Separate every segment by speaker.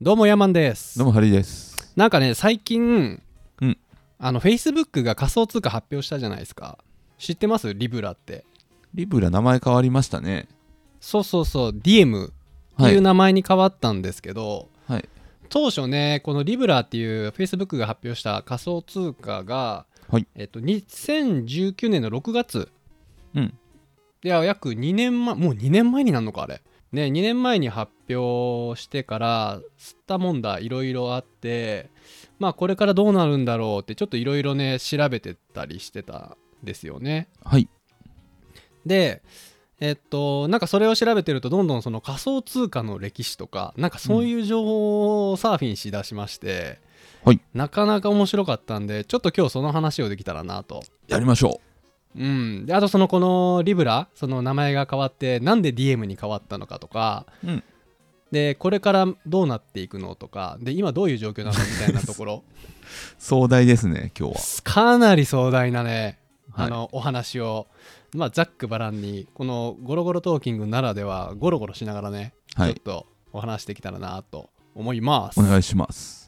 Speaker 1: どうもヤマンです
Speaker 2: どうもハリーです
Speaker 1: なんかね最近、
Speaker 2: うん
Speaker 1: あの Facebook が仮想通貨発表したじゃないですか知ってますリブラって
Speaker 2: リブラ名前変わりましたね
Speaker 1: そうそうそう DM って
Speaker 2: はいいう
Speaker 1: 名前に変わったんですけど、
Speaker 2: はい
Speaker 1: 当初ねこのリブラっていう Facebook が発表した仮想通貨が、
Speaker 2: はい
Speaker 1: えっと、2019年の6月
Speaker 2: うん
Speaker 1: いや約2年前もう2年前になるのかあれね2年前に発表してから吸ったもんだいろいろあってまあこれからどうなるんだろうってちょっといろいろね調べてたりしてたんですよね
Speaker 2: はい
Speaker 1: でえっとなんかそれを調べてるとどんどんその仮想通貨の歴史とかなんかそういう情報をサーフィンしだしまして、
Speaker 2: うんはい
Speaker 1: なかなか面白かったんでちょっと今日その話をできたらなと
Speaker 2: やりましょ
Speaker 1: うん、であとそのこのリブラその名前が変わってなんで DM に変わったのかとか
Speaker 2: ううん
Speaker 1: でこれからどうなっていくのとかで今どういう状況なのみたいなとこ ろ
Speaker 2: 壮大ですね今日は
Speaker 1: かなり壮大なね
Speaker 2: はい
Speaker 1: あの、お話を、まあ、ざっくばらんにこの「ゴロゴロトーキング」ならではゴロゴロしながらね、
Speaker 2: は
Speaker 1: ちょ
Speaker 2: い
Speaker 1: っとお話できたらなと思います
Speaker 2: お願いします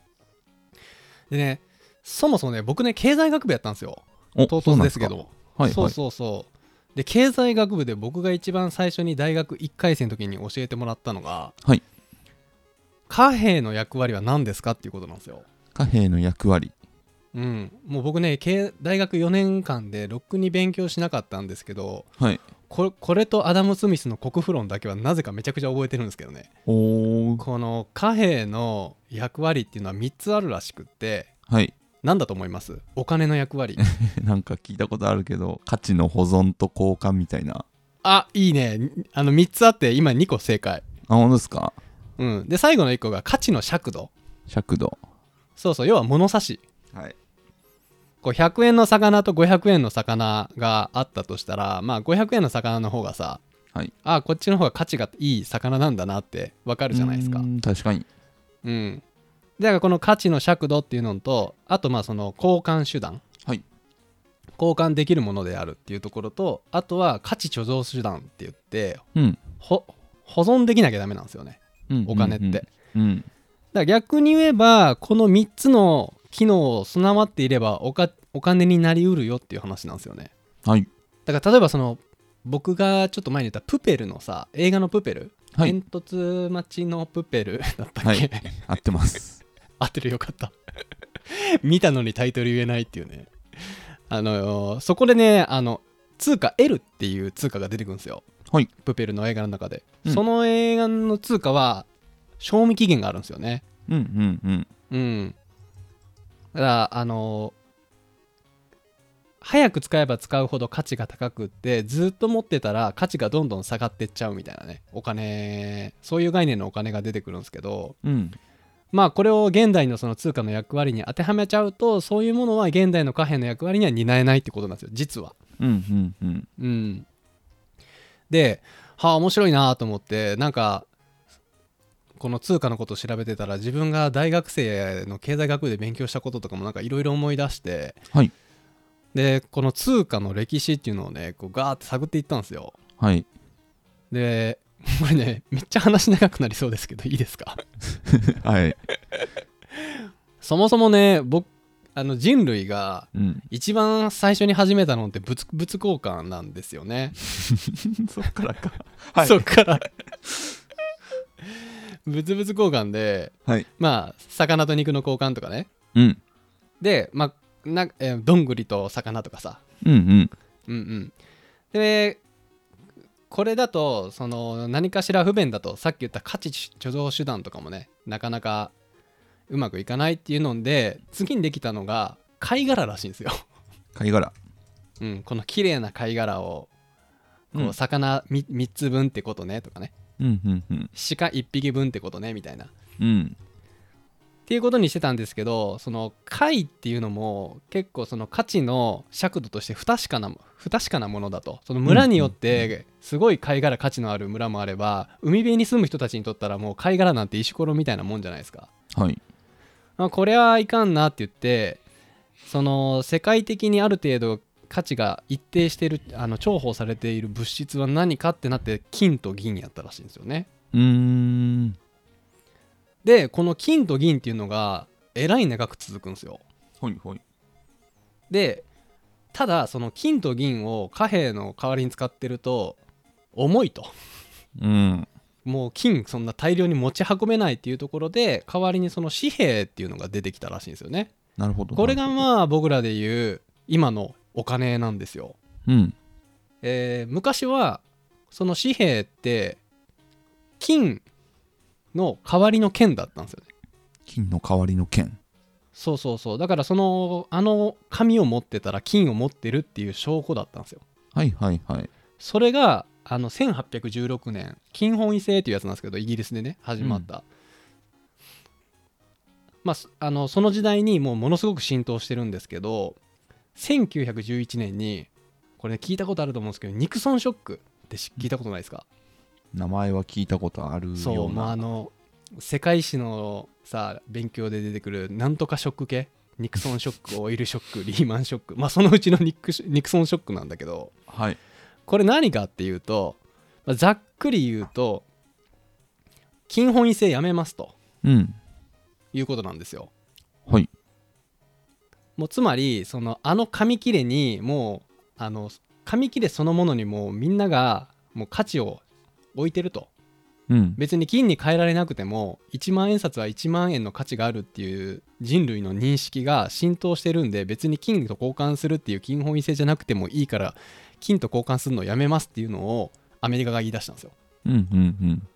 Speaker 1: でねそもそもね僕ね経済学部やったんですよ
Speaker 2: お
Speaker 1: 唐突ですけど
Speaker 2: はい
Speaker 1: そ
Speaker 2: は
Speaker 1: う
Speaker 2: い
Speaker 1: そうそうで経済学部で僕が一番最初に大学1回生の時に教えてもらったのが、
Speaker 2: はい
Speaker 1: 貨幣の役割は何ですかっていうことなんですよ、
Speaker 2: 貨幣の役割
Speaker 1: うん、もう僕ね経大学4年間でろくに勉強しなかったんですけど
Speaker 2: はい
Speaker 1: これこれとアダム・スミスの国富論だけはなぜかめちゃくちゃ覚えてるんですけどね
Speaker 2: おー
Speaker 1: この貨幣の役割っていうのは3つあるらしくって
Speaker 2: はい
Speaker 1: 何だと思いますお金の役割
Speaker 2: なんか聞いたことあるけど価値の保存と交換みたいな
Speaker 1: あいいねあの3つあって今2個正解
Speaker 2: あ本当ですか
Speaker 1: うん、で最後の1個が価値の尺度
Speaker 2: 尺度
Speaker 1: そうそう要は物差し
Speaker 2: はい
Speaker 1: こう100円の魚と500円の魚があったとしたらまあ500円の魚の方がさ
Speaker 2: はい
Speaker 1: あこっちの方が価値がいい魚なんだなってわかるじゃないですか
Speaker 2: うーん確かに
Speaker 1: うんだからこの価値の尺度っていうのとあとまあその交換手段
Speaker 2: はい
Speaker 1: 交換できるものであるっていうところとあとは価値貯蔵手段って言って
Speaker 2: うん
Speaker 1: ほ保存できなきゃダメなんですよね
Speaker 2: うん
Speaker 1: お金って、
Speaker 2: うんうん
Speaker 1: だから逆に言えばこの3つの機能を備わっていればおかお金になりうるよっていう話なんですよね
Speaker 2: はい
Speaker 1: だから例えばその僕がちょっと前に言ったプペルのさ映画のプペル、
Speaker 2: はい
Speaker 1: 煙突待ちのプペルだったっけ、
Speaker 2: はい合ってます
Speaker 1: 合ってるよかった 見たのにタイトル言えないっていうねあのそこでねあの通貨 L っていう通貨が出てくるんですよ
Speaker 2: はい
Speaker 1: プペルの映画の中で、
Speaker 2: うん
Speaker 1: その映画の通貨は賞味期限があるんですよね
Speaker 2: うんうんうん
Speaker 1: うん。だから、あの早く使えば使うほど価値が高くって、ずっと持ってたら価値がどんどん下がってっちゃうみたいなね、お金、そういう概念のお金が出てくるんですけど、
Speaker 2: うん
Speaker 1: まあこれを現代のその通貨の役割に当てはめちゃうと、そういうものは現代の貨幣の役割には担えないってことなんですよ、実は。
Speaker 2: うんうんうん
Speaker 1: うん、ではあ面白いなと思ってなんかこの通貨のことを調べてたら自分が大学生の経済学部で勉強したこととかもなんかいろいろ思い出して
Speaker 2: はい
Speaker 1: でこの通貨の歴史っていうのをねこうガーって探っていったんですよ
Speaker 2: はい
Speaker 1: でこれねめっちゃ話長くなりそうですけどいいですか
Speaker 2: はい
Speaker 1: そもそもね僕あの人類が
Speaker 2: うん
Speaker 1: 一番最初に始めたのって物物交換なんですよね
Speaker 2: そっからか。
Speaker 1: そっから。物々交換で、
Speaker 2: はい。
Speaker 1: まあ、魚と肉の交換とかね。
Speaker 2: うん。
Speaker 1: で、まあ、なえーどんぐりと魚とかさ。
Speaker 2: うんうん。
Speaker 1: うんうん。で、これだと、その、何かしら不便だと、さっき言った価値貯蔵手段とかもね、なかなかうまくいかないっていうので、次にできたのが、貝殻らしいんですよ。
Speaker 2: 貝殻。
Speaker 1: うん、この綺麗な貝殻を、こ
Speaker 2: う
Speaker 1: うん魚 3, 3つ分ってことねとかね、
Speaker 2: うんうんうん。
Speaker 1: 鹿1匹分ってことねみたいな。
Speaker 2: うん。
Speaker 1: っていうことにしてたんですけどその貝っていうのも結構その価値の尺度として不確かな不確かなものだとその村によってすごい貝殻価値のある村もあれば海辺に住む人たちにとったらもう貝殻なんて石ころみたいなもんじゃないですか
Speaker 2: はい。
Speaker 1: あこれはいかんなって言ってその世界的にある程度価値が一定しているあの重宝されている物質は何かってなって金と銀やったらしいんですよね
Speaker 2: うーん。
Speaker 1: でこの金と銀っていうのがえらい長く続くんですよ
Speaker 2: ほいほい
Speaker 1: でただその金と銀を貨幣の代わりに使ってると重いと
Speaker 2: うん
Speaker 1: もう金そんな大量に持ち運べないっていうところで代わりにその紙幣っていうのが出てきたらしいんですよね
Speaker 2: なるほど
Speaker 1: これが
Speaker 2: あ
Speaker 1: まあ僕らでいう今のお金なんですよ、
Speaker 2: うん
Speaker 1: えー昔はその紙幣って金の代わりの剣だったんですよね
Speaker 2: 金の代わりの剣
Speaker 1: そうそうそうだからそのあの紙を持ってたら金を持ってるっていう証拠だったんですよ
Speaker 2: はいはいはい
Speaker 1: それがあの1816年金本位制っていうやつなんですけどイギリスでね始まった、まあそあのその時代にもうものすごく浸透してるんですけど1911年にこれ、ね、聞いたことあると思うんですけどニクソンショックってし聞いたことないですか、
Speaker 2: 名前は聞いたことあるような
Speaker 1: そうもうあの世界史のさ勉強で出てくるなんとかショック系ニクソンショックオイルショックリーマンショックまあそのうちのニックシニクソンショックなんだけど
Speaker 2: はい
Speaker 1: これ何かっていうと、まあざっくり言うと金本位制やめますと
Speaker 2: うん
Speaker 1: いうことなんですよ
Speaker 2: はい
Speaker 1: もうつまりそのあの紙切れにもうあの紙切れそのものにもうみんながもう価値を置いてると
Speaker 2: うん
Speaker 1: 別に金に変えられなくても1万円札は1万円の価値があるっていう人類の認識が浸透してるんで別に金と交換するっていう金本位制じゃなくてもいいから金と交換するのをやめますっていうのをアメリカが言い出したんですよ
Speaker 2: うんうんうん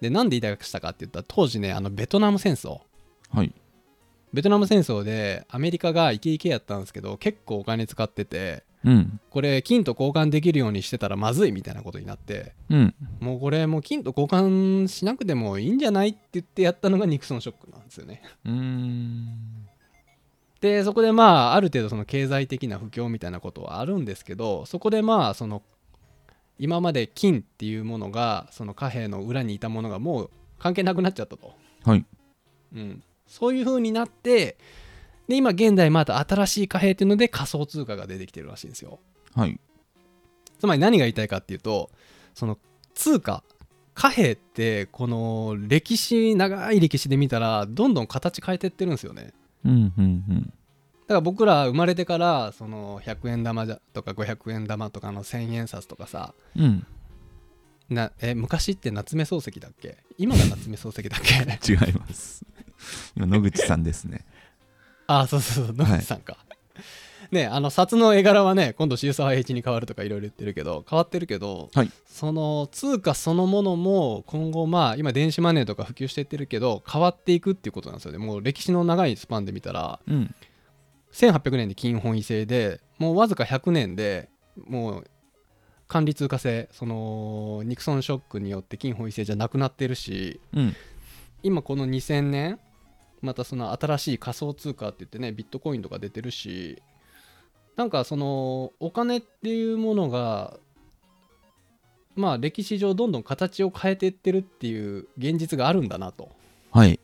Speaker 1: でなんで言い出したかって言ったら当時ねあのベトナム戦争
Speaker 2: はい
Speaker 1: ベトナム戦争でアメリカがイケイケやったんですけど結構お金使ってて
Speaker 2: うん
Speaker 1: これ金と交換できるようにしてたらまずいみたいなことになって
Speaker 2: うん
Speaker 1: もうこれもう金と交換しなくてもいいんじゃないって言ってやったのがニクソンショックなんですよね
Speaker 2: うーん
Speaker 1: でそこでまあある程度その経済的な不況みたいなことはあるんですけどそこでまあその今まで金っていうものがその貨幣の裏にいたものがもう関係なくなっちゃったと、
Speaker 2: はい
Speaker 1: うん、そういう風になってで今現代また新しい貨幣っていうので仮想通貨が出てきてるらしいんですよ
Speaker 2: はい
Speaker 1: つまり何が言いたいかっていうとその通貨貨幣ってこの歴史長い歴史で見たらどんどん形変えてってるんですよね
Speaker 2: うんうんうん
Speaker 1: だから僕ら生まれてからその100円玉じゃとか500円玉とかの1000円札とかさ
Speaker 2: うん
Speaker 1: なえ昔って夏目漱石だっけ今が夏目漱石だっ け
Speaker 2: 違います今野口さんですね
Speaker 1: あそうそうそう野口さんか、ねあの札の絵柄はね今度渋沢栄一に変わるとかいろいろ言ってるけど変わってるけど、
Speaker 2: はい
Speaker 1: その通貨そのものも今後まあ今電子マネーとか普及していってるけど変わっていくっていうことなんですよねもう歴史の長いスパンで見たら
Speaker 2: うん
Speaker 1: 1800年で金本位制でもうわずか100年でもう管理通貨制そのニクソンショックによって金本位制じゃなくなってるし
Speaker 2: うん
Speaker 1: 今この2000年またその新しい仮想通貨って言ってねビットコインとか出てるしなんかそのお金っていうものがまあ歴史上どんどん形を変えていってるっていう現実があるんだなと
Speaker 2: はい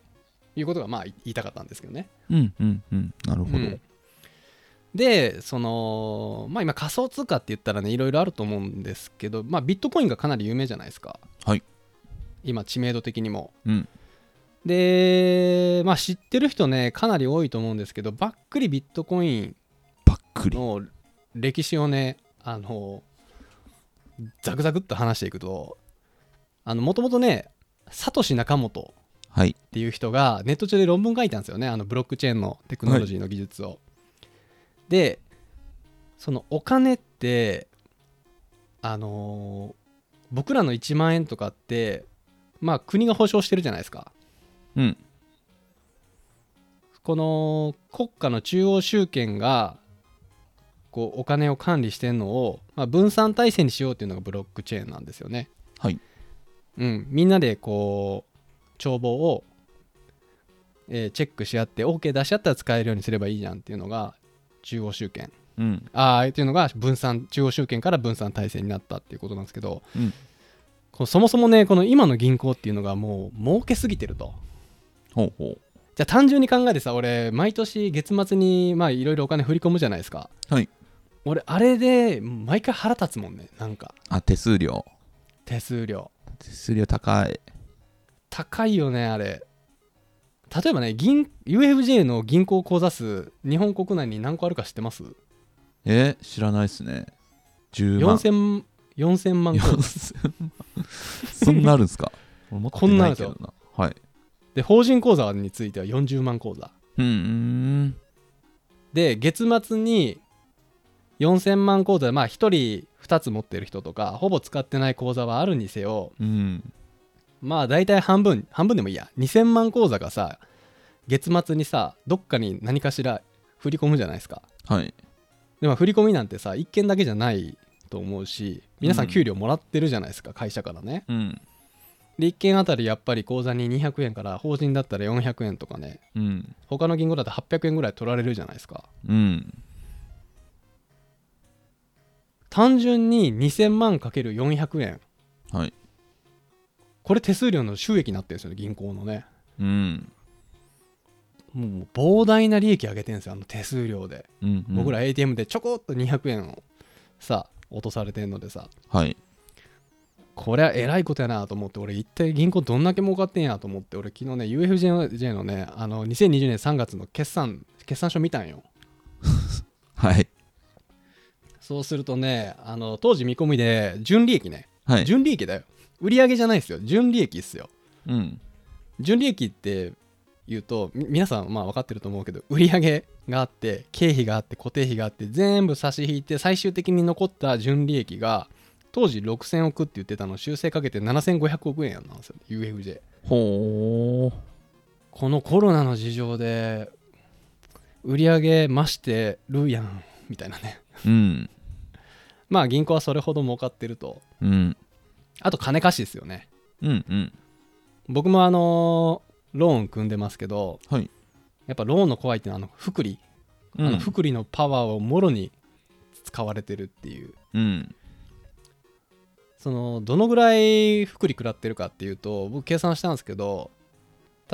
Speaker 1: いうことがまあ言いたかったんですけどね。
Speaker 2: うんうんうんなるほど、
Speaker 1: うんでそのまあ今仮想通貨って言ったらねいろいろあると思うんですけど、まあ、ビットコインがかなり有名じゃないですか
Speaker 2: はい
Speaker 1: 今知名度的にも
Speaker 2: うん
Speaker 1: でまあ知ってる人ねかなり多いと思うんですけどばっくりビットコイン
Speaker 2: ばっくり
Speaker 1: の歴史をねあのザクザクっと話していくともともとねサトシ仲本
Speaker 2: はい
Speaker 1: っていう人がネット上で論文書いたんですよねあのブロックチェーンのテクノロジーの技術を。でそのお金ってあのー僕らの1万円とかってまあ国が保証してるじゃないですか。
Speaker 2: うん
Speaker 1: この国家の中央集権がこうお金を管理してるのを、まあ、分散体制にしようっていうのがブロックチェーンなんですよね。
Speaker 2: はい
Speaker 1: うん、みんなでこう帳簿を、えーチェックし合って OK 出し合ったら使えるようにすればいいじゃんっていうのが中央集権
Speaker 2: うん
Speaker 1: ああっていうのが分散中央集権から分散体制になったっていうことなんですけど、
Speaker 2: うん
Speaker 1: こうそもそもねこの今の銀行っていうのがもう儲けすぎてると。
Speaker 2: ほうほ
Speaker 1: じゃあ単純に考えてさ俺毎年月末にまあいろいろお金振り込むじゃないですか
Speaker 2: うはい
Speaker 1: 俺あれで毎回腹立つもんねなんか
Speaker 2: あ手数料
Speaker 1: 手数料
Speaker 2: 手数料高い
Speaker 1: 高いよねあれ例えばね銀 UFJ の銀行口座数日本国内に何個あるか知ってます
Speaker 2: え知らないっすね10万
Speaker 1: ?4000 4000万個
Speaker 2: 4000万そんなあるんすか 俺持ってないけど
Speaker 1: こ
Speaker 2: なはい
Speaker 1: で法人口座については40万口座
Speaker 2: うんうん
Speaker 1: で月末に4000万口座まあ1人2つ持ってる人とかほぼ使ってない口座はあるにせよ
Speaker 2: うん
Speaker 1: まあ大体半分半分でもいいや2000万口座がさ月末にさどっかに何かしら振り込むじゃないですか
Speaker 2: はい
Speaker 1: でも振り込みなんてさ1件だけじゃないと思うし皆さん
Speaker 2: うん
Speaker 1: 給料もらってるじゃないですか、会社からね
Speaker 2: うん
Speaker 1: で1件あたりやっぱり口座に200円から法人だったら400円とかね
Speaker 2: うん
Speaker 1: 他の銀行だと800円ぐらい取られるじゃないですか
Speaker 2: うん
Speaker 1: 単純に2000万かける400円
Speaker 2: はい
Speaker 1: これ手数料の収益になってるんですよね銀行のね
Speaker 2: うん
Speaker 1: もうもう膨大な利益上げてるんですよあの手数料で
Speaker 2: うんうん
Speaker 1: 僕ら ATM でちょこっと200円をさ落とされてるのでさ
Speaker 2: はい
Speaker 1: これはえらいことやなと思って俺一体銀行どんだけ儲かってんやと思って俺昨日ね UFJ のねあの2020年3月の決算決算書見たんよ
Speaker 2: はい
Speaker 1: そうするとねあの当時見込みで純利益ね
Speaker 2: はい
Speaker 1: 純利益だよ売り上げじゃないですよ純利益っすよ
Speaker 2: うん
Speaker 1: 純利益って言うとみ皆さんまあ分かってると思うけど売り上げがあって経費があって固定費があって全部差し引いて最終的に残った純利益が当時6000億って言ってたの修正かけて7500億円なんですよ UFJ
Speaker 2: ほう
Speaker 1: このコロナの事情で売り上げ増してるやんみたいなね
Speaker 2: うん
Speaker 1: まあ銀行はそれほど儲かってると
Speaker 2: うん
Speaker 1: あと金貸しですよね
Speaker 2: うんうん
Speaker 1: 僕もあのーローン組んでますけど、
Speaker 2: はい
Speaker 1: やっぱローンの怖いっていうのはあの福利あの福利のパワーをもろに使われてるっていう
Speaker 2: うん
Speaker 1: そのどのぐらい福利食らってるかっていうと僕計算したんですけど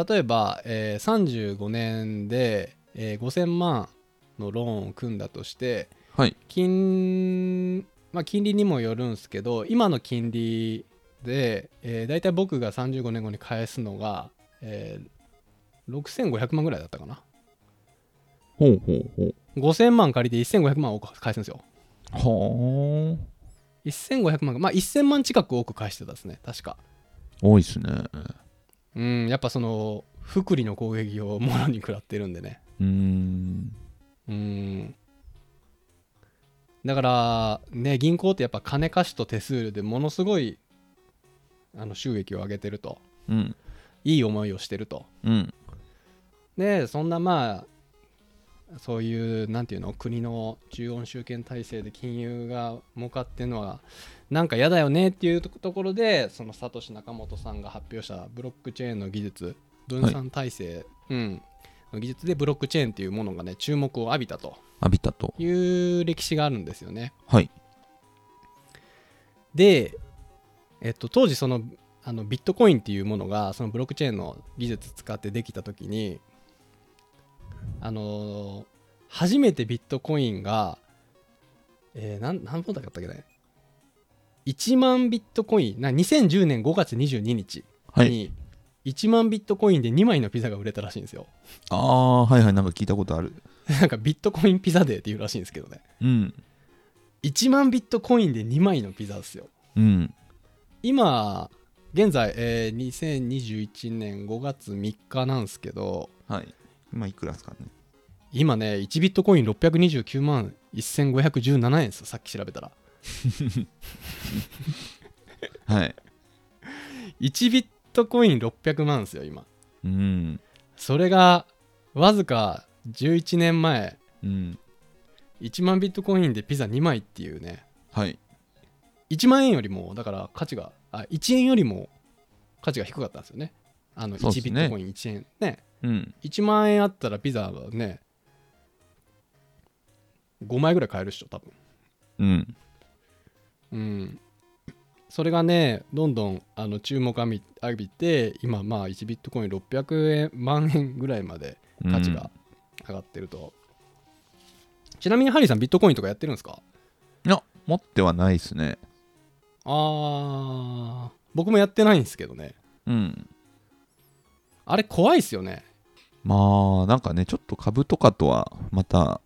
Speaker 1: 例えば、えー35年で、えー5000万のローンを組んだとして
Speaker 2: はい
Speaker 1: 金,、まあ、金利にもよるんですけど今の金利で、えー、大体僕が35年後に返すのが、えー6500万ぐらいだったかな
Speaker 2: ほうほうほう
Speaker 1: 5000万借りて1500万多く返すんですよ
Speaker 2: はあ
Speaker 1: 1500万がまあ1000万近く多く返してたですね確か
Speaker 2: 多いっすね
Speaker 1: うんやっぱその福利の攻撃をもろに食らってるんでね
Speaker 2: うーん
Speaker 1: うんだからね銀行ってやっぱ金貸しと手数料でものすごいあの収益を上げてると
Speaker 2: うん
Speaker 1: いい思いをしてると
Speaker 2: うん
Speaker 1: でそんなまあそういうなんていうの国の中央集権体制で金融が儲かってるのはなんか嫌だよねっていうところでそのサトシ仲本さんが発表したブロックチェーンの技術分散体制、うんの技術でブロックチェーンっていうものがね注目を浴びたと
Speaker 2: 浴びたと
Speaker 1: いう歴史があるんですよね。
Speaker 2: はい
Speaker 1: で、えっと、当時そのあのビットコインっていうものがそのブロックチェーンの技術使ってできた時にあのー初めてビットコインが、えー、なん何本だったっけね1万ビットコインな2010年5月22日
Speaker 2: はい
Speaker 1: に1万ビットコインで2枚のピザが売れたらしいんですよ
Speaker 2: ああはいはいなんか聞いたことある
Speaker 1: なんかビットコインピザデーっていうらしいんですけどね
Speaker 2: うん
Speaker 1: 1万ビットコインで2枚のピザですよ
Speaker 2: うん
Speaker 1: 今現在、えー2021年5月3日なんですけど
Speaker 2: はい今いくらですかね
Speaker 1: 今ね1ビットコイン629万1517円ですさっき調べたら
Speaker 2: はい
Speaker 1: 1ビットコイン600万ですよ今
Speaker 2: うん
Speaker 1: それがわずか11年前
Speaker 2: うん
Speaker 1: 1万ビットコインでピザ2枚っていうね
Speaker 2: はい
Speaker 1: 1万円よりもだから価値があ1円よりも価値が低かったんですよねあの
Speaker 2: そうっす
Speaker 1: 1ビ
Speaker 2: ね
Speaker 1: ットコイン1円ね
Speaker 2: うん
Speaker 1: 1万円あったらピザはね5枚ぐらい買えるっしょ多分
Speaker 2: うん
Speaker 1: うんそれがねどんどんあの注目浴び浴びて今まあ1ビットコイン600円万円ぐらいまで価値が上がってると、ちなみにハリーさんビットコインとかやってるんですか
Speaker 2: いや持ってはないですね
Speaker 1: あー僕もやってないんですけどね
Speaker 2: うん
Speaker 1: あれ怖いっすよね
Speaker 2: まあなんかねちょっと株とかとはまた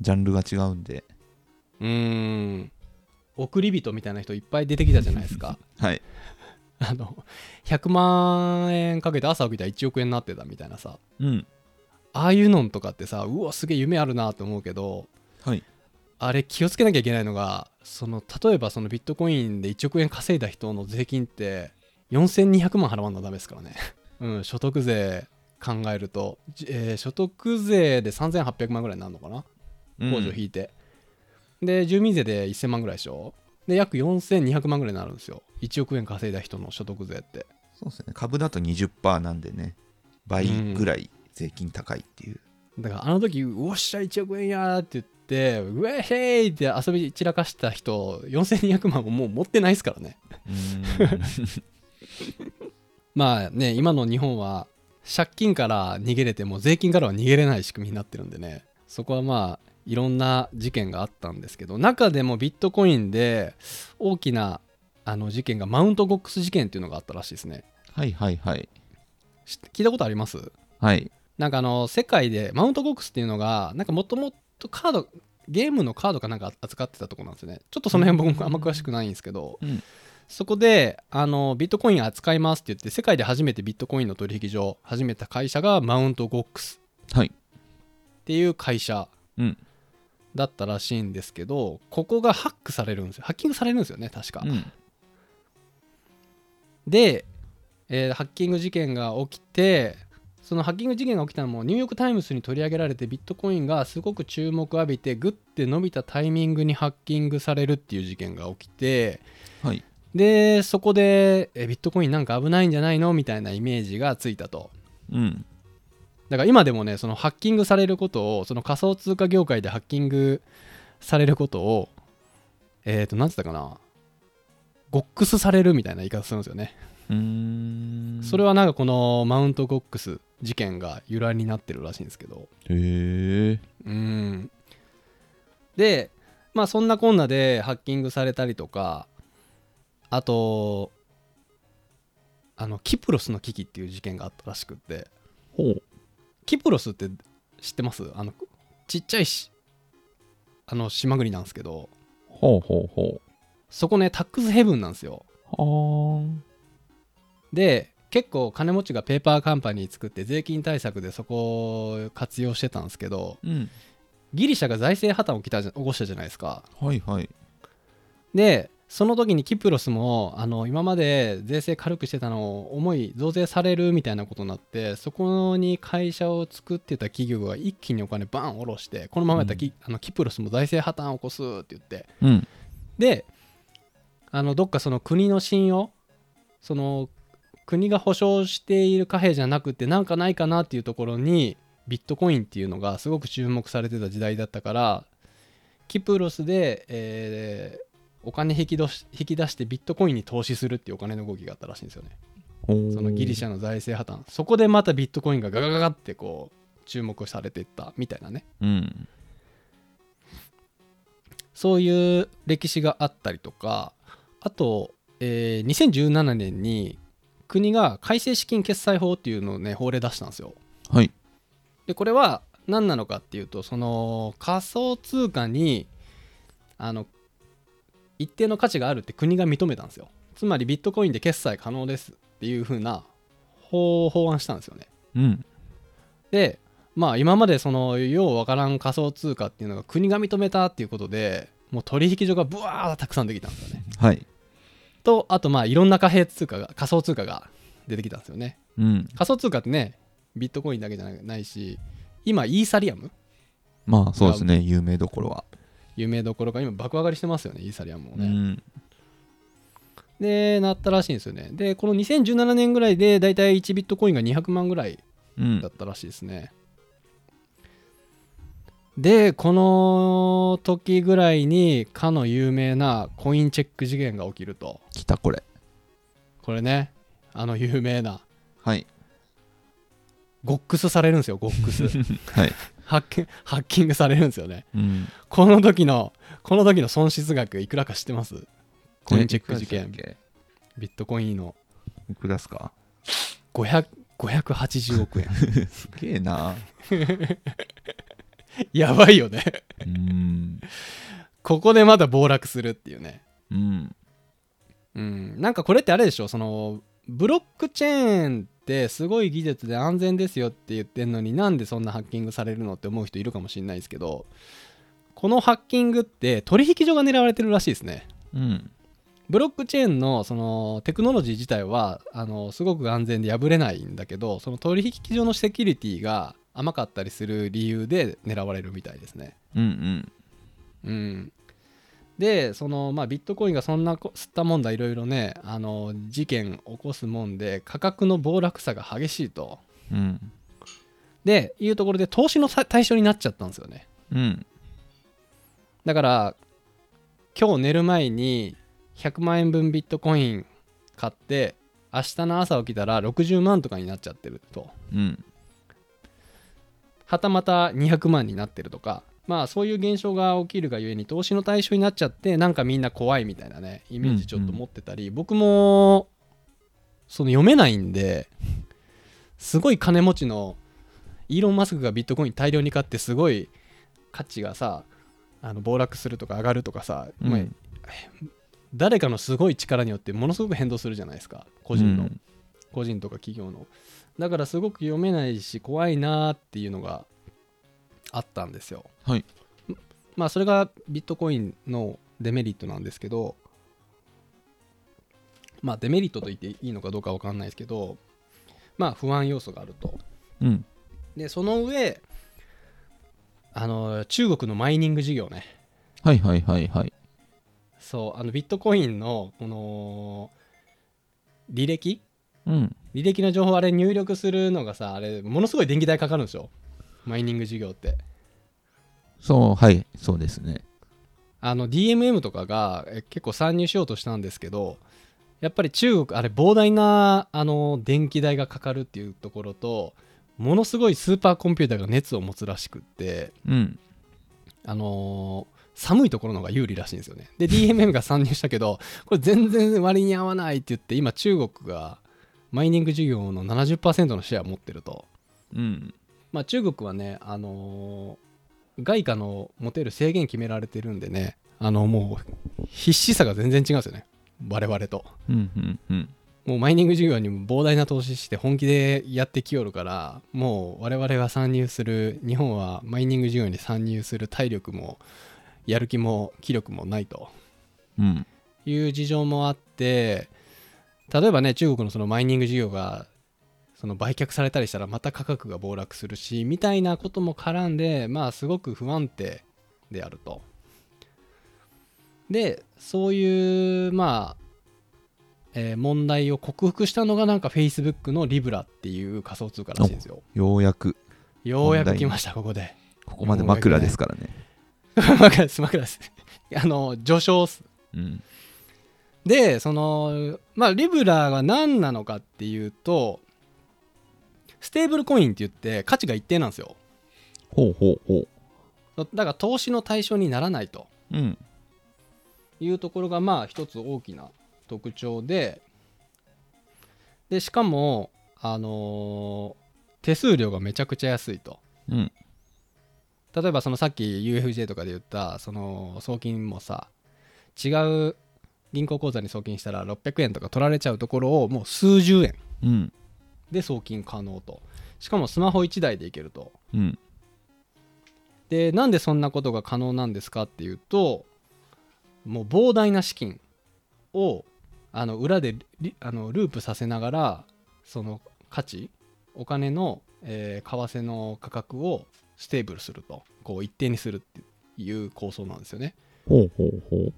Speaker 2: ジャンルが違うんで
Speaker 1: うーん送り人みたいな人いっぱい出てきたじゃないですか
Speaker 2: はい
Speaker 1: あの100万円かけて朝起きたら1億円になってたみたいなさ
Speaker 2: うん
Speaker 1: ああいうのんとかってさうわすげえ夢あるなと思うけど
Speaker 2: はい
Speaker 1: あれ気をつけなきゃいけないのがその例えばそのビットコインで1億円稼いだ人の税金って4200万払わんのダメですからね、 うん、所得税考えると、じえー所得税で3800万ぐらいになるのかな
Speaker 2: うん
Speaker 1: 控除引いて、で住民税で1000万ぐらいでしょで約4200万ぐらいになるんですよ1億円稼いだ人の所得税って
Speaker 2: そうですね株だと20%なんでね倍ぐらい税金高いっていう、
Speaker 1: だからあの時「おっしゃ1億円や!」って言って「ウェイヘイ!」って遊び散らかした人4200万ももう持ってないですからねまあね今の日本は借金から逃げれても税金からは逃げれない仕組みになってるんでねそこはまあいろんな事件があったんですけど中でもビットコインで大きなあの事件がマウントゴックス事件っていうのがあったらしいですね
Speaker 2: はいはいはい
Speaker 1: 知って聞いたことあります
Speaker 2: はい
Speaker 1: なんかあの世界でマウントゴックスっていうのがなんかもともとカードゲームのカードかなんか扱ってたとこなんですよねちょっとその辺僕もあんま詳しくないんですけど、
Speaker 2: うん
Speaker 1: そこであのビットコイン扱いますって言って世界で初めてビットコインの取引所を始めた会社がマウントゴックス
Speaker 2: はい
Speaker 1: っていう会社
Speaker 2: うん
Speaker 1: だったらしいんですけどここがハックされるんですよハッキングされるんですよね確か、
Speaker 2: うん
Speaker 1: で、えーハッキング事件が起きてそのハッキング事件が起きたのもニューヨーク・タイムズに取り上げられてビットコインがすごく注目を浴びてグッて伸びたタイミングにハッキングされるっていう事件が起きて
Speaker 2: はい
Speaker 1: でそこで、えービットコインなんか危ないんじゃないのみたいなイメージがついたと
Speaker 2: うん
Speaker 1: だから今でもねそのハッキングされることをその仮想通貨業界でハッキングされることをえっ、と何つったかなゴックスされるみたいな言い方するんですよね
Speaker 2: うーん
Speaker 1: それはなんかこのマウントゴックス事件が由来になってるらしいんですけど
Speaker 2: へえ
Speaker 1: うんでまあそんなこんなでハッキングされたりとかあとあのキプロスの危機っていう事件があったらしくって
Speaker 2: ほう
Speaker 1: キプロスって知ってますあのちっちゃいしあの島国なんですけど
Speaker 2: ほうほうほう
Speaker 1: そこねタックスヘブンなんですよ
Speaker 2: はーん
Speaker 1: で結構金持ちがペーパーカンパニー作って税金対策でそこを活用してたんですけど
Speaker 2: うん
Speaker 1: ギリシャが財政破綻を起きたじゃ起こしたじゃないですか
Speaker 2: はいはい
Speaker 1: でその時にキプロスもあの今まで税制軽くしてたのを重い増税されるみたいなことになってそこに会社を作ってた企業が一気にお金バン下ろしてこのままやったらき、あのキプロスも財政破綻を起こすって言って
Speaker 2: うん
Speaker 1: であのどっかその国の信用その国が保証している貨幣じゃなくてなんかないかなっていうところにビットコインっていうのがすごく注目されてた時代だったからキプロスで、えーお金引き出し引き出してビットコインに投資するっていうお金の動きがあったらしいんですよねそのギリシ
Speaker 2: ャ
Speaker 1: ャの財政破綻そこでまたビットコインがガガガガってこう注目されていったみたいなね
Speaker 2: うん
Speaker 1: そういう歴史があったりとかあと、えー2017年に国が改正資金決済法っていうのをね法令出したんですよ。
Speaker 2: はい
Speaker 1: でこれは何なのかっていうとその仮想通貨にあの一定の価値があるって国が認めたんですよ。つまりビットコインで決済可能ですっていう風な法を法案したんですよね。
Speaker 2: うん
Speaker 1: でまあ今までそのようわからん仮想通貨っていうのが国が認めたっていうことでもう取引所がブワーたくさんできたんですよね。
Speaker 2: はい
Speaker 1: とあとまあいろんな貨幣通貨が仮想通貨が出てきたんですよね。
Speaker 2: うん
Speaker 1: 仮想通貨ってねビットコインだけじゃないし今イーサリアム
Speaker 2: まあそうですね有名どころは
Speaker 1: 有名どころか今爆上がりしてますよねイーサリアムも
Speaker 2: う
Speaker 1: ね。
Speaker 2: ん
Speaker 1: でなったらしいんですよね。でこの2017年ぐらいでだいたい1ビットコインが200万ぐらい
Speaker 2: うん
Speaker 1: だったらしいですね。でこの時ぐらいにかの有名なコインチェック事件が起きると
Speaker 2: 来たこれ
Speaker 1: これねあの有名な
Speaker 2: はい
Speaker 1: ゴックスされるんですよゴック ス
Speaker 2: はい
Speaker 1: ハッキハッキングされるんですよね
Speaker 2: うん
Speaker 1: この時のこの時の損失額いくらか知ってますコインチェック事
Speaker 2: えい
Speaker 1: 件
Speaker 2: くらでしたっ
Speaker 1: ビットコインの
Speaker 2: けいくらですか
Speaker 1: 500 580億円
Speaker 2: すげえな。
Speaker 1: やばいよね
Speaker 2: うん。
Speaker 1: ここでまだ暴落するっていうね
Speaker 2: うん。
Speaker 1: うんなんかこれってあれでしょそのブロックチェーンってすごい技術で安全ですよって言ってんのになんでそんなハッキングされるのって思う人いるかもしれないですけどこのハッキングって取引所が狙われてるらしいですね
Speaker 2: うん。
Speaker 1: ブロックチェーンのそのテクノロジー自体はあのすごく安全で破れないんだけどその取引所のセキュリティが甘かったりする理由で狙われるみたいですね。
Speaker 2: うんうん。
Speaker 1: うん、でその、まあ、ビットコインがそんなこ吸ったもんだいろいろねあの事件起こすもんで価格の暴落差が激しいと。
Speaker 2: うん。
Speaker 1: でいうところで投資のさ対象になっちゃったんですよね。
Speaker 2: うん。
Speaker 1: だから今日寝る前に100万円分ビットコイン買って明日の朝起きたら60万とかになっちゃってると
Speaker 2: うん。
Speaker 1: はたまた200万になってるとかまあそういう現象が起きるがゆえに投資の対象になっちゃってなんかみんな怖いみたいなねイメージちょっと持ってたり、僕もその読めないんですごい金持ちのイーロン・マスクがビットコイン大量に買ってすごい価値がさあの暴落するとか上がるとかさ、
Speaker 2: うん
Speaker 1: まあ誰かのすごい力によってものすごく変動するじゃないですか個人の、
Speaker 2: うん
Speaker 1: 個人とか企業のだからすごく読めないし怖いなーっていうのがあったんですよ
Speaker 2: はい
Speaker 1: まあそれがビットコインのデメリットなんですけどまあデメリットと言っていいのかどうかわかんないですけどまあ不安要素があると
Speaker 2: うん。
Speaker 1: でその上あの中国のマイニング事業ね
Speaker 2: はいはいはいはい。
Speaker 1: そうあのビットコインのこの履歴
Speaker 2: うん。
Speaker 1: 履歴の情報あれ入力するのがさあれものすごい電気代かかるんですよマイニング事業って
Speaker 2: そう、はい、そうですね。
Speaker 1: あの DMM とかがえ結構参入しようとしたんですけどやっぱり中国あれ膨大なあの電気代がかかるっていうところとものすごいスーパーコンピューターが熱を持つらしくって
Speaker 2: うん。
Speaker 1: あのー寒いところの方が有利らしいんですよねで DMM が参入したけどこれ全然割に合わないって言って今中国がマイニング事業の70%のシェアを持ってると
Speaker 2: うん。
Speaker 1: まあ、中国はね、あのー外貨の持てる制限決められてるんでね、あのもう必死さが全然違うんですよね、我々と。
Speaker 2: うん。うん。うん。
Speaker 1: もうマイニング事業にも膨大な投資して本気でやってきよるから、もう我々が参入する、日本はマイニング事業に参入する体力も、やる気も、気力もないと
Speaker 2: うん。
Speaker 1: いう事情もあって、例えばね、中国のそのマイニング事業がその売却されたりしたらまた価格が暴落するしみたいなことも絡んでまあすごく不安定であると。でそういうまあ、えー問題を克服したのがなんか Facebook のリブラっていう仮想通貨らしいんですよ。
Speaker 2: ようやく、
Speaker 1: ようやく来ましたここで。
Speaker 2: ここまで枕ですからね。
Speaker 1: 枕です枕です。あの上昇っす
Speaker 2: うん。
Speaker 1: でそのまあリブラが何なのかっていうとステーブルコインって言って価値が一定なんですよ
Speaker 2: ほうほうほう。
Speaker 1: だから投資の対象にならないと
Speaker 2: うん。
Speaker 1: いうところがまあ一つ大きな特徴ででしかもあのー手数料がめちゃくちゃ安いと
Speaker 2: うん。
Speaker 1: 例えばそのさっき UFJ とかで言ったその送金もさ違う銀行口座に送金したら600円とか取られちゃうところをもう数十円
Speaker 2: うん。
Speaker 1: で送金可能としかもスマホ1台でいけると
Speaker 2: うん。
Speaker 1: でなんでそんなことが可能なんですかっていうともう膨大な資金をあの裏でリあのループさせながらその価値お金の、えー為替の価格をステーブルするとこう一定にするっていう構想なんですよね
Speaker 2: ほうほうほう。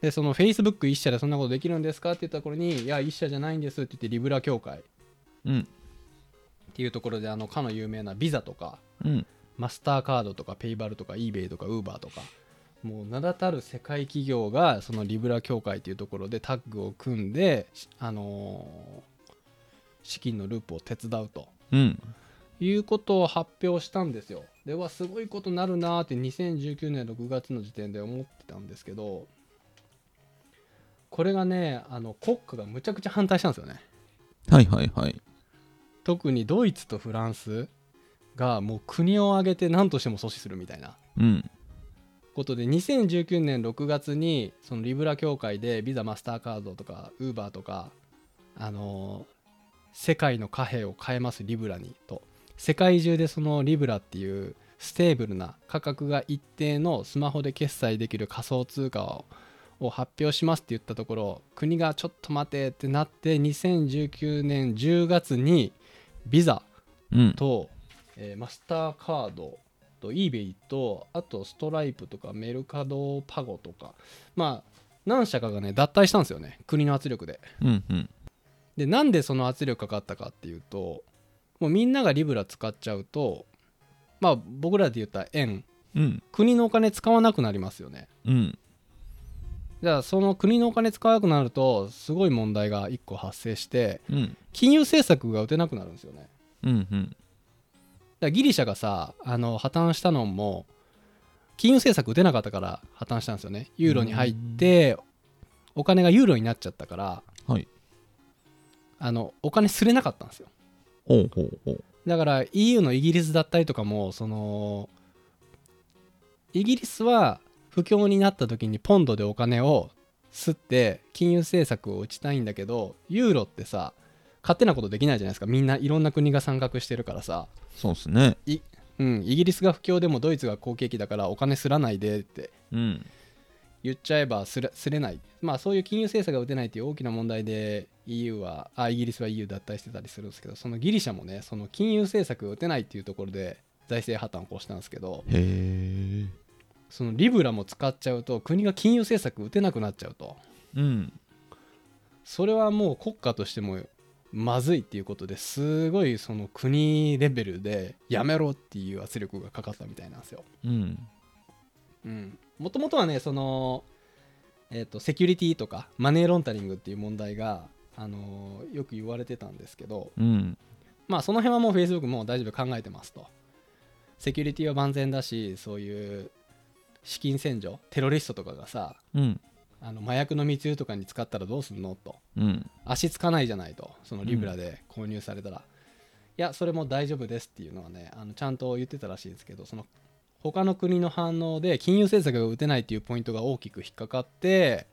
Speaker 1: でその Facebook 一社でそんなことできるんですかって言ったところにいや一社じゃないんですって言ってリブラ協会っ
Speaker 2: うん。
Speaker 1: ていうところであのかの有名なビザとか
Speaker 2: うん。
Speaker 1: マスターカードとかペイバルとか eBay とか Uber とかもう名だたる世界企業がそのリブラ協会というところでタッグを組んで、しあのー資金のループを手伝うと
Speaker 2: うん。
Speaker 1: いうことを発表したんですよ。ではすごいことなるなーって2019年6月の時点で思ってたんですけどこれがねあの国家がむちゃくちゃ反対したんですよね。
Speaker 2: はいはいはい。
Speaker 1: 特にドイツとフランスがもう国を挙げて何としても阻止するみたいな
Speaker 2: うん
Speaker 1: ことで2019年6月にそのリブラ協会でビザマスターカードとかウーバーとかあのー世界の貨幣を変えますリブラにと世界中でそのリブラっていうステーブルな価格が一定のスマホで決済できる仮想通貨をを発表しますって言ったところ国がちょっと待てってなって2019年10月にビザ
Speaker 2: うん
Speaker 1: と、えーマスターカードと eBay とあとストライプとかメルカドパゴとかまあ何社かがね脱退したんですよね国の圧力で
Speaker 2: うんうん
Speaker 1: でなんでその圧力かかったかっていうともうみんながリブラ使っちゃうとまあ僕らで言ったら円
Speaker 2: うん
Speaker 1: 国のお金使わなくなりますよね
Speaker 2: うん
Speaker 1: じゃあその国のお金使わなくなるとすごい問題が1個発生して
Speaker 2: うん
Speaker 1: 金融政策が打てなくなるんですよね
Speaker 2: うんうん
Speaker 1: だからギリシャがさあの破綻したのも金融政策打てなかったから破綻したんですよねユーロに入ってお金がユーロになっちゃったから
Speaker 2: はい
Speaker 1: あのお金すれなかったんですよ
Speaker 2: ほうほうほう
Speaker 1: だから EU のイギリスだったりとかもそのイギリスは不況になった時にポンドでお金を吸って金融政策を打ちたいんだけどユーロってさ勝手なことできないじゃないですかみんないろんな国が参画してるからさ
Speaker 2: そうっすね
Speaker 1: うん、イギリスが不況でもドイツが好景気だからお金すらないでって
Speaker 2: うん
Speaker 1: 言っちゃえばすれすれない、まあ、そういう金融政策が打てないっていう大きな問題で EU はあイギリスは EU 脱退してたりするんですけどそのギリシャもねその金融政策が打てないっていうところで財政破綻を起こしたんですけど
Speaker 2: へえ
Speaker 1: そのリブラも使っちゃうと国が金融政策打てなくなっちゃうと
Speaker 2: うん
Speaker 1: それはもう国家としてもまずいっていうことですごいその国レベルでやめろっていう圧力がかかったみたいなんですよ。
Speaker 2: うん
Speaker 1: もともとはねその、えー、とセキュリティとかマネーロンタリングっていう問題が、あのーよく言われてたんですけど
Speaker 2: うん
Speaker 1: まあその辺はもう Facebook もう大丈夫考えてますとセキュリティは万全だしそういう資金洗浄テロリストとかがさ
Speaker 2: うん
Speaker 1: あの麻薬の密輸とかに使ったらどうすんのと
Speaker 2: うん
Speaker 1: 足つかないじゃないとそのリブラで購入されたら、いやそれも大丈夫ですっていうのはねあのちゃんと言ってたらしいんですけどその他の国の反応で金融政策が打てないっていうポイントが大きく引っかかって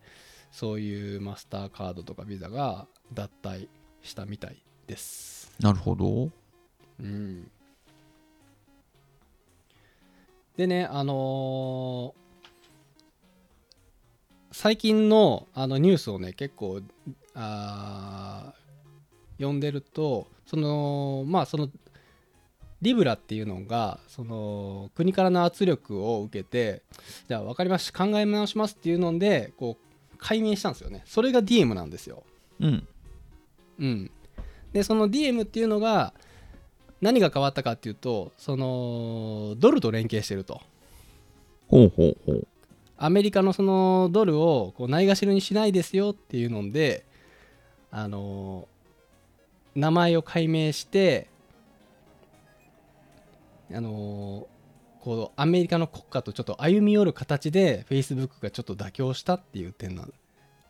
Speaker 1: そういうマスターカードとかビザが脱退したみたいです。
Speaker 2: なるほど
Speaker 1: うん、でねあのー最近のあのニュースをね結構あー読んでるとそのまあそのリブラっていうのがその国からの圧力を受けてじゃあ分かりました考え直しますっていうのでこう解明したんですよねそれが DM なんですよ。
Speaker 2: うん
Speaker 1: うん、でその DM っていうのが何が変わったかっていうとそのドルと連携してると
Speaker 2: ほうほうほう
Speaker 1: アメリカのそのドルをこうないがしろにしないですよっていうのであの名前を改名してあのこうアメリカの国家とちょっと歩み寄る形で Facebook がちょっと妥協したっていう点な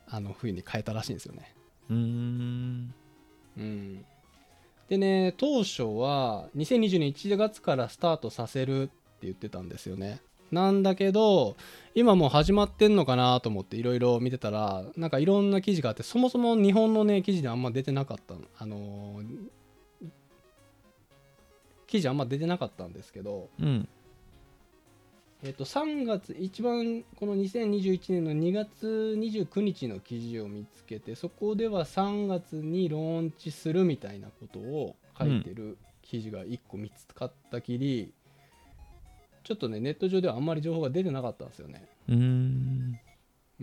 Speaker 1: あのふうに変えたらしいんですよね。
Speaker 2: うーん
Speaker 1: うん、でね当初は2020年1月からスタートさせるって言ってたんですよねなんだけど今もう始まってんのかなと思っていろいろ見てたらなんかいろんな記事があってそもそも日本のね記事であんま出てなかったのあのー記事あんま出てなかったんですけど、
Speaker 2: うん
Speaker 1: えっと3月一番この2021年の2月29日の記事を見つけてそこでは3月にローンチするみたいなことを書いてる記事が1個見つかったきり、ちょっとねネット上ではあんまり情報が出てなかったんですよね、
Speaker 2: うーん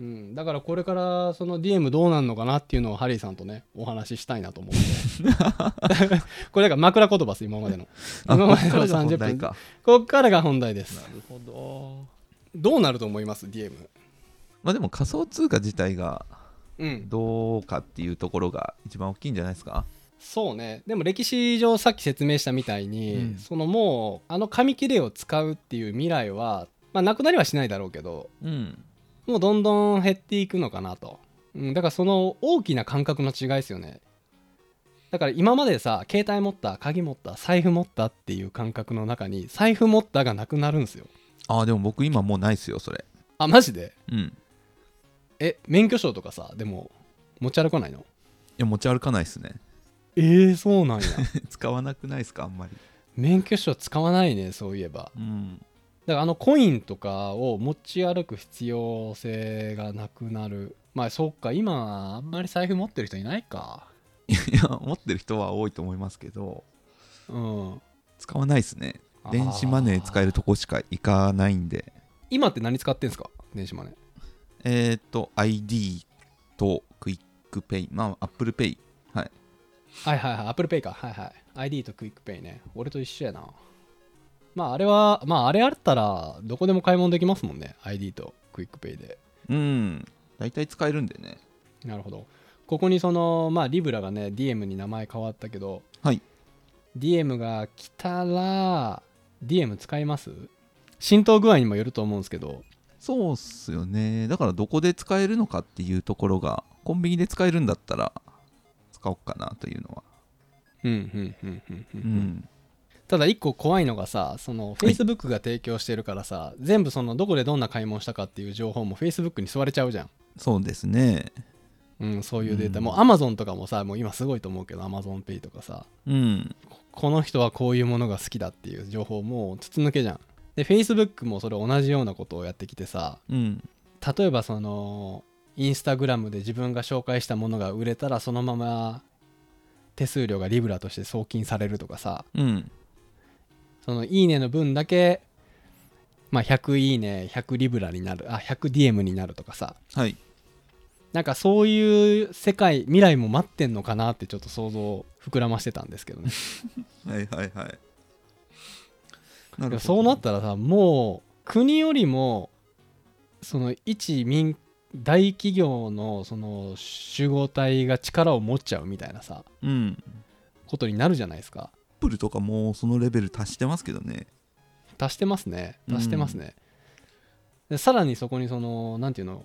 Speaker 1: うん、だからこれからその DM どうなんのかなっていうのをハリーさんとねお話ししたいなと思って これだから枕言葉です今までの
Speaker 2: あ
Speaker 1: 今まで
Speaker 2: こ
Speaker 1: の
Speaker 2: っからが
Speaker 1: 30
Speaker 2: 本題
Speaker 1: 分
Speaker 2: か
Speaker 1: こっからが本題です
Speaker 2: なるほど
Speaker 1: どうなると思います DM
Speaker 2: まあでも仮想通貨自体が
Speaker 1: うん
Speaker 2: どうかっていうところが一番大きいんじゃないですか
Speaker 1: そうねでも歴史上さっき説明したみたいに、
Speaker 2: うん
Speaker 1: そのもうあの紙切れを使うっていう未来は、まあ、なくなりはしないだろうけど
Speaker 2: うん
Speaker 1: もうどんどん減っていくのかなと、うん、だからその大きな感覚の違いですよねだから今までさ携帯持った鍵持った財布持ったっていう感覚の中に財布持ったがなくなるんですよ
Speaker 2: ああでも僕今もうないっすよそれ
Speaker 1: あマジで
Speaker 2: うんい
Speaker 1: え免許証とかさでも持ち歩かないの
Speaker 2: や持ち歩かないっすね
Speaker 1: えー、そうなんや
Speaker 2: 使わなくないっすかあんまり
Speaker 1: 免許証使わないねそういえば
Speaker 2: うん
Speaker 1: だからあのコインとかを持ち歩く必要性がなくなるまあそっか今あんまり財布持ってる人いないか
Speaker 2: いや持ってる人は多いと思いますけど
Speaker 1: うん
Speaker 2: 使わないっすね電子マネー使えると
Speaker 1: あー
Speaker 2: こしか行かないんで
Speaker 1: 今って何使ってんすか電子マネー
Speaker 2: えっ、ー、と ID とクイックペイまあ Apple Pay はい
Speaker 1: はいはいはい Apple Pay かはいはい ID とクイックペイね俺と一緒やなまああれはまああれあったらどこでも買い物できますもんね ID とクイックペイで
Speaker 2: うん大体使えるんでね
Speaker 1: なるほどここにそのまあリブラがね DM に名前変わったけど
Speaker 2: はい
Speaker 1: DM が来たら DM 使います浸透具合にもよると思うんですけど
Speaker 2: そうっすよねだからどこで使えるのかっていうところがコンビニで使えるんだったら使おうかなというのは
Speaker 1: うんうんうんうんうん、う、
Speaker 2: うんん
Speaker 1: ただ一個怖いのがさその Facebook が提供してるからさ、全部そのどこでどんな買い物したかっていう情報も Facebook に吸われちゃうじゃん
Speaker 2: そうですね
Speaker 1: うん、そういうデータ、
Speaker 2: うん
Speaker 1: もう Amazon とかもさもう今すごいと思うけど AmazonPay とかさ
Speaker 2: うん
Speaker 1: ここの人はこういうものが好きだっていう情報もう筒抜けじゃんで Facebook もそれ同じようなことをやってきてさ
Speaker 2: うん
Speaker 1: 例えばそのインスタグラムで自分が紹介したものが売れたらそのまま手数料がリブラとして送金されるとかさ
Speaker 2: うん
Speaker 1: その「いいね」の分だけ、まあ、100いいね100リブラになるあ 100DM になるとかさ
Speaker 2: はい
Speaker 1: なんかそういう世界未来も待ってんのかなってちょっと想像を膨らましてたんですけどね
Speaker 2: はいはいはいな
Speaker 1: でもそうなったたらさもう国よりもその一民大企業のその集合体が力を持っちゃうみたいなさ
Speaker 2: うん
Speaker 1: ことになるじゃないですか
Speaker 2: アップルとかもうそのレベル達してますけどね
Speaker 1: 足してますね足してますね、でさらにそこにそのなんていうの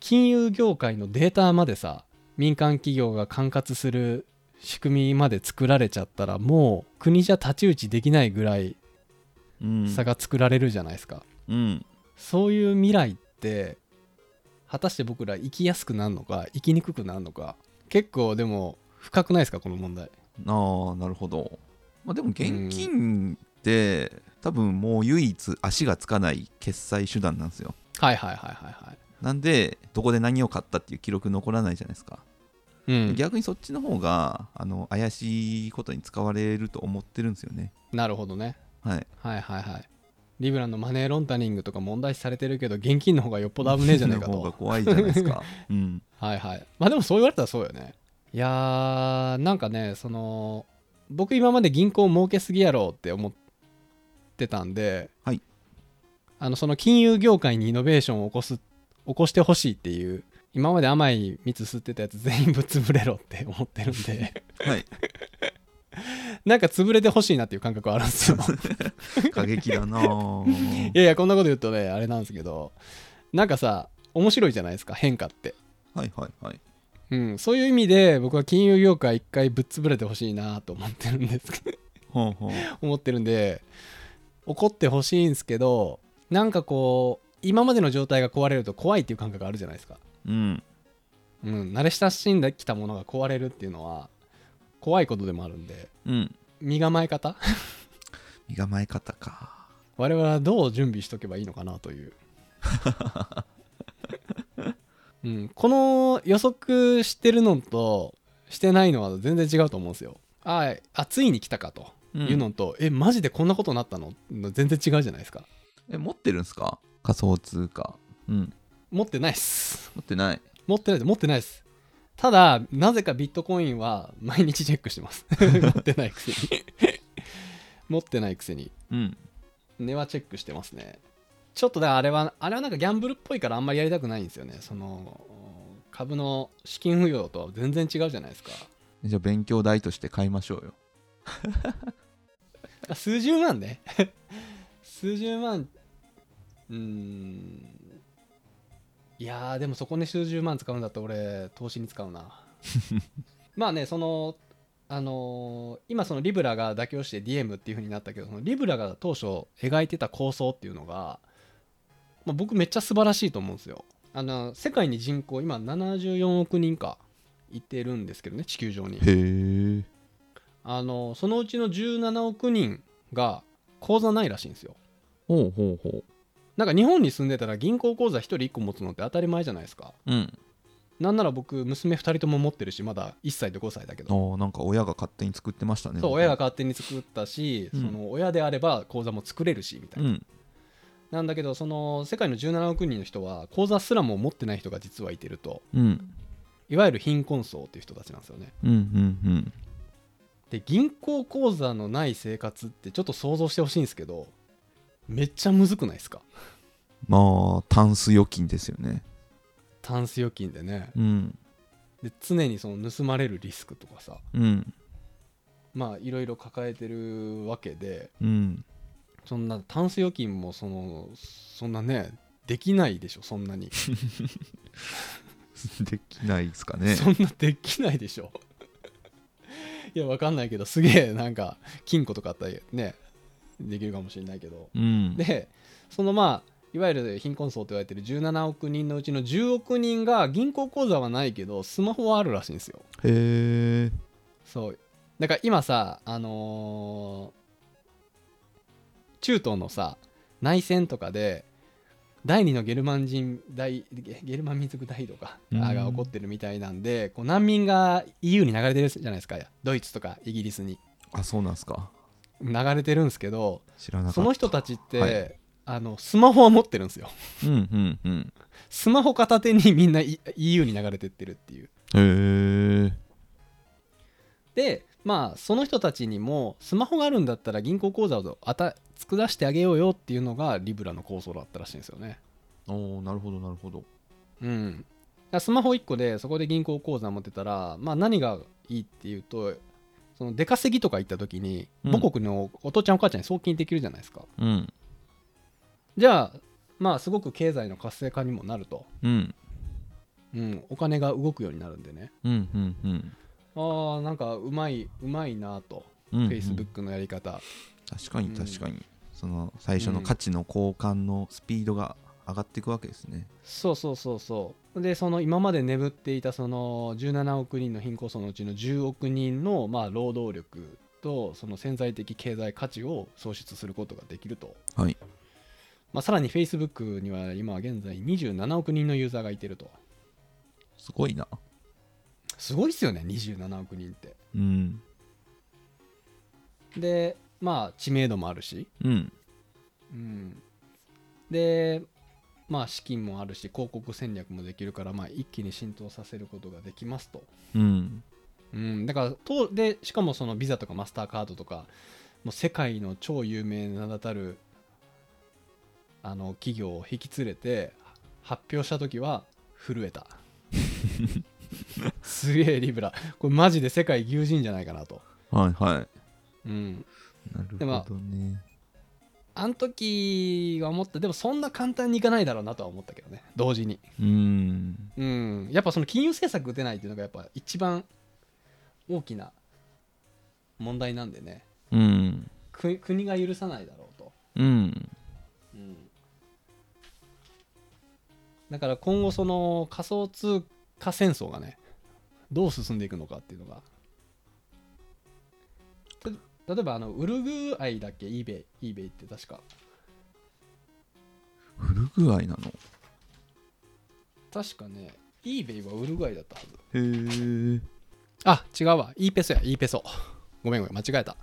Speaker 1: 金融業界のデータまでさ民間企業が管轄する仕組みまで作られちゃったらもう国じゃ太刀打ちできないぐらい
Speaker 2: うん
Speaker 1: 差が作られるじゃないですか、
Speaker 2: うん
Speaker 1: そういう未来って果たして僕ら生きやすくなるのか生きにくくなるのか結構でも深くないですかこの問題
Speaker 2: ああなるほど、まあ、でも現金って、多分もう唯一足がつかない決済手段なんですよ
Speaker 1: はいはいはいはいはい
Speaker 2: なんでどこで何を買ったっていう記録残らないじゃないですか、
Speaker 1: うん
Speaker 2: 逆にそっちの方があの怪しいことに使われると思ってるんですよね
Speaker 1: なるほどね
Speaker 2: はい
Speaker 1: はいはいはいリブラのマネーロンダリングとか問題視されてるけど現金の方がよっぽど危ねえじゃないか
Speaker 2: の方が
Speaker 1: と
Speaker 2: 怖いじゃないですかうん
Speaker 1: はいはいまあでもそう言われたらそうよねいやーなんかねその僕今まで銀行儲けすぎやろうって思ってたんで、
Speaker 2: はい
Speaker 1: あのその金融業界にイノベーションを起こす起こしてほしいっていう今まで甘い蜜吸ってたやつ 全員ぶっ潰れろって思ってるんで
Speaker 2: はい
Speaker 1: なんか潰れてほしいなっていう感覚はあるん ですよ
Speaker 2: 過激だ なぁ
Speaker 1: いやいやこんなこと言うとねあれなんですけどなんかさ面白いじゃないですか変化って、
Speaker 2: はいはいはい
Speaker 1: うん、そういう意味で僕は金融業界一回ぶっ潰れてほしいなと思ってるんですけど
Speaker 2: ほうほう
Speaker 1: 思ってるんで怒ってほしいんですけどなんかこう今までの状態が壊れると怖いっていう感覚があるじゃないですか、
Speaker 2: うん
Speaker 1: うん、慣れ親しんできたものが壊れるっていうのは怖いことでもあるんで
Speaker 2: うん
Speaker 1: 身構え方
Speaker 2: 身構え方か
Speaker 1: 我々はどう準備しとけばいいのかなという、 うん、この予測してるのとしてないのは全然違うと思うんですよああついに来たかと
Speaker 2: うん
Speaker 1: いうのと、えマジでこんなことになったのの全然違うじゃないですか
Speaker 2: え持ってるんですか仮想通貨うん
Speaker 1: 持ってないっす
Speaker 2: 持ってない
Speaker 1: 持ってないです持ってないっすただなぜかビットコインは毎日チェックしてます 持ってないくせに 持ってないくせに
Speaker 2: うん
Speaker 1: 値はチェックしてますねちょっとだからあれはあれはなんかギャンブルっぽいからあんまりやりたくないんですよねその株の資金運用とは全然違うじゃないですか
Speaker 2: じゃあ勉強代として買いましょうよ
Speaker 1: あ数十万ね数十万うーんいやーでもそこに数十万使うんだったら俺投資に使うなまあねそのあのー今そのリブラが妥協して DM っていう風になったけどそのリブラが当初描いてた構想っていうのが、まあ、僕めっちゃ素晴らしいと思うんですよあの世界に人口今74億人かいてるんですけどね地球上に
Speaker 2: へえ
Speaker 1: あのそのうちの17億人が口座ないらしいんですよ
Speaker 2: ほうほうほう
Speaker 1: なんか日本に住んでたら銀行口座1人1個持つのって当たり前じゃないですか
Speaker 2: うん
Speaker 1: なんなら僕娘2人とも持ってるしまだ1歳と5歳だけど
Speaker 2: ああなんか親が勝手に作ってましたね
Speaker 1: そう親が勝手に作ったし、
Speaker 2: うん
Speaker 1: その親であれば口座も作れるしみたいな、
Speaker 2: うん
Speaker 1: なんだけどその世界の17億人の人は口座すらも持ってない人が実はいてると
Speaker 2: うん
Speaker 1: いわゆる貧困層っていう人たちなんですよね
Speaker 2: うんうんうん
Speaker 1: で銀行口座のない生活ってちょっと想像してほしいんですけどめっちゃむずくないですか
Speaker 2: まあタンス預金ですよね
Speaker 1: タンス預金でね
Speaker 2: うん
Speaker 1: で常にその盗まれるリスクとかさ
Speaker 2: うん
Speaker 1: まあいろいろ抱えてるわけで
Speaker 2: うん
Speaker 1: そんなタンス預金もそのそんなねできないでしょそんなに、
Speaker 2: できないですかね
Speaker 1: そんなできないでしょ いやわかんないけどすげえなんか金庫とかあったらねできるかもしれないけど
Speaker 2: うん
Speaker 1: でそのまあいわゆる貧困層と言われてる17億人のうちの10億人が銀行口座はないけどスマホはあるらしいんですよ
Speaker 2: へえ
Speaker 1: そうだから今さあのー中東のさ内戦とかで第二のゲルマン人大ゲゲルマン民族大移動か
Speaker 2: うん
Speaker 1: あが起こってるみたいなんでこう難民が EU に流れてるじゃないですかドイツとかイギリスに
Speaker 2: あそうなんすか
Speaker 1: 流れてるんですけど
Speaker 2: 知らなかった
Speaker 1: その人たちって、
Speaker 2: は
Speaker 1: あのスマホは持ってるんですよ
Speaker 2: うんうん
Speaker 1: スマホ片手にみんな E- EU に流れてってるっていう
Speaker 2: うんへえ
Speaker 1: でまあその人たちにもスマホがあるんだったら銀行口座をあた作らせてあげようよっていうのがリブラの構想だったらしいんですよね
Speaker 2: おおなるほどなるほど
Speaker 1: うんだからスマホ1個でそこで銀行口座持ってたらまあ何がいいっていうとその出稼ぎとか行った時に
Speaker 2: うん
Speaker 1: 母国のお父ちゃんお母ちゃんに送金できるじゃないですか、
Speaker 2: うん
Speaker 1: じゃあまあすごく経済の活性化にもなると、
Speaker 2: うん
Speaker 1: うん、お金が動くようになるんでね
Speaker 2: うんうんうん
Speaker 1: あーなんかうまいうまいなと
Speaker 2: うんうん
Speaker 1: Facebook のやり方、
Speaker 2: 確か
Speaker 1: う
Speaker 2: に
Speaker 1: ん
Speaker 2: 確かに、その最初の価値の交換のスピードが上がっていくわけですね
Speaker 1: そうそうそうそうでその今まで眠っていたその17億人の貧困層のうちの10億人のまあ労働力とその潜在的経済価値を創出することができると、
Speaker 2: はい
Speaker 1: まあ、さらに Facebook には今現在27億人のユーザーがいてると
Speaker 2: すごいな
Speaker 1: すごいっすよね27億人って
Speaker 2: うん
Speaker 1: でまあ知名度もあるし、
Speaker 2: うん
Speaker 1: うん、でまあ資金もあるし広告戦略もできるからまあ一気に浸透させることができますと
Speaker 2: うん
Speaker 1: うん、だからとでしかもそのビザとかマスターカードとかもう世界の超有名な名だたるあの企業を引き連れて発表した時は震えたすげえリブラこれマジで世界牛耳んじゃないかなと、
Speaker 2: はいは
Speaker 1: うん、
Speaker 2: いなる
Speaker 1: でも
Speaker 2: ほどね
Speaker 1: あの時は思ったでもそんな簡単にいかないだろうなとは思ったけどね同時に、
Speaker 2: うん
Speaker 1: うん、やっぱその金融政策打てないっていうのがやっぱ一番大きな問題なんでね
Speaker 2: うん
Speaker 1: く国が許さないだろうと、
Speaker 2: うん
Speaker 1: だから今後その仮想通貨戦争がねどう進んでいくのかっていうのがた例えばあのウルグアイだっけ eBay, eBay って確か
Speaker 2: 古具合なの
Speaker 1: 確かね eBay はウルグアイだったはず
Speaker 2: へえ
Speaker 1: あ違うわ e ペソや e ペソごめんごめん間違えた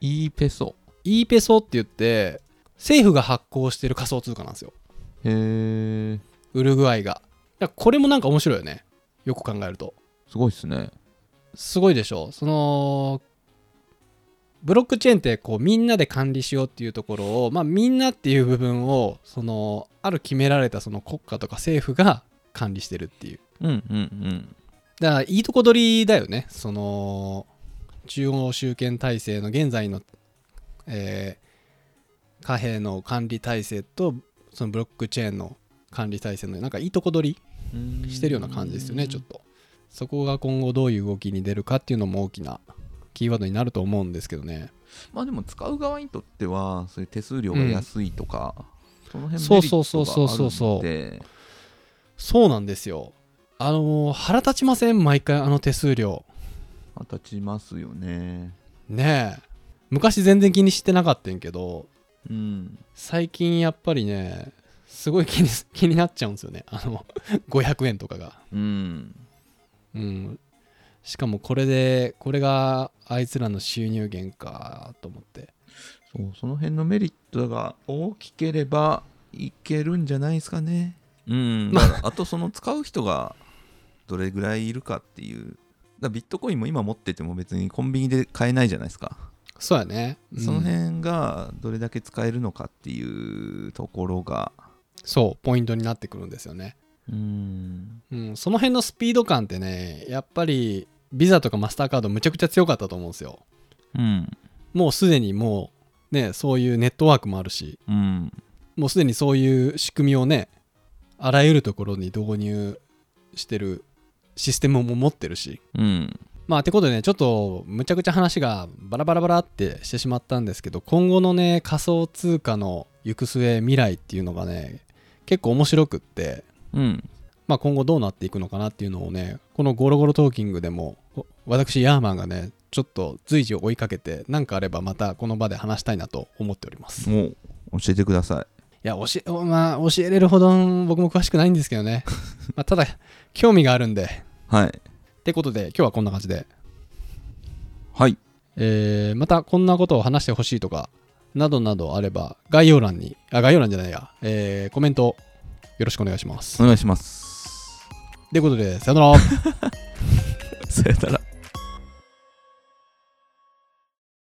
Speaker 2: いいペソ
Speaker 1: e ペソって言って政府が発行してる仮想通貨なんですよ
Speaker 2: へえ
Speaker 1: ウルグアイがだからこれもなんか面白いよねよく考えると
Speaker 2: すごいっすね
Speaker 1: すごいでしょそのブロックチェーンってこうみんなで管理しようっていうところを、まあ、みんなっていう部分をそのある決められたその国家とか政府が管理してるっていう
Speaker 2: うんうん
Speaker 1: だからいいとこ取りだよねその中央集権体制の現在の、えー貨幣の管理体制とそのブロックチェーンの管理体制のなんかいいとこ取り
Speaker 2: うん
Speaker 1: してるような感じですよねちょっ
Speaker 2: と
Speaker 1: とそこが今後どういう動きに出るかっていうのも大きなキーワードになると思うんですけどね
Speaker 2: まあでも使う側にとってはそういう手数料が安いとか、その辺
Speaker 1: そ
Speaker 2: メ
Speaker 1: う
Speaker 2: リ
Speaker 1: そうそう
Speaker 2: ッ
Speaker 1: そうそうそう
Speaker 2: トがあるんで
Speaker 1: そうなんですよあのー腹立ちません毎回あの手数料
Speaker 2: まあ立ちますよね
Speaker 1: ねえ昔全然気にしてなかったんけど
Speaker 2: うん
Speaker 1: 最近やっぱりねすごい気に 気になっちゃうんですよねあの500円とかが
Speaker 2: うん
Speaker 1: うんしかもこれでこれがあいつらの収入源かと思って
Speaker 2: そうその辺のメリットが大きければいけるんじゃないですかね うんだからあとその使う人がどれぐらいいるかっていうだからビットコインも今持ってても別にコンビニで買えないじゃないですか
Speaker 1: そうやね、うん
Speaker 2: その辺がどれだけ使えるのかっていうところが
Speaker 1: そうポイントになってくるんですよね、
Speaker 2: うん
Speaker 1: うん、その辺のスピード感ってねやっぱりビザとかマスターカードむちゃくちゃ強かったと思うんですよ
Speaker 2: うん
Speaker 1: もうすでにもうねそういうネットワークもあるし
Speaker 2: うん
Speaker 1: もうすでにそういう仕組みをねあらゆるところに導入してるシステムも持ってるし
Speaker 2: うん
Speaker 1: まあってことでねちょっとむちゃくちゃ話がバラバラバラってしてしまったんですけど今後のね仮想通貨の行く末未来っていうのがね結構面白くって、
Speaker 2: うん
Speaker 1: まあ、今後どうなっていくのかなっていうのをねこの「ゴロゴロトーキング」でもお私ヤーマンがねちょっと随時追いかけて何かあればまたこの場で話したいなと思っておりますい
Speaker 2: もう教えてくださ
Speaker 1: や教え,、まあ、教えれるほど僕も詳しくないんですけど ね、まあ、ただ興味があるんで
Speaker 2: いはい
Speaker 1: ってことで今日はこんな感じで
Speaker 2: はい
Speaker 1: えーまたこんなことを話してほしいとか、などなどあれば、概要欄に、あ、概要欄じゃないや、えーコメントよろしくお願いします。
Speaker 2: お願いします
Speaker 1: ということで、さよなら。
Speaker 2: さよなら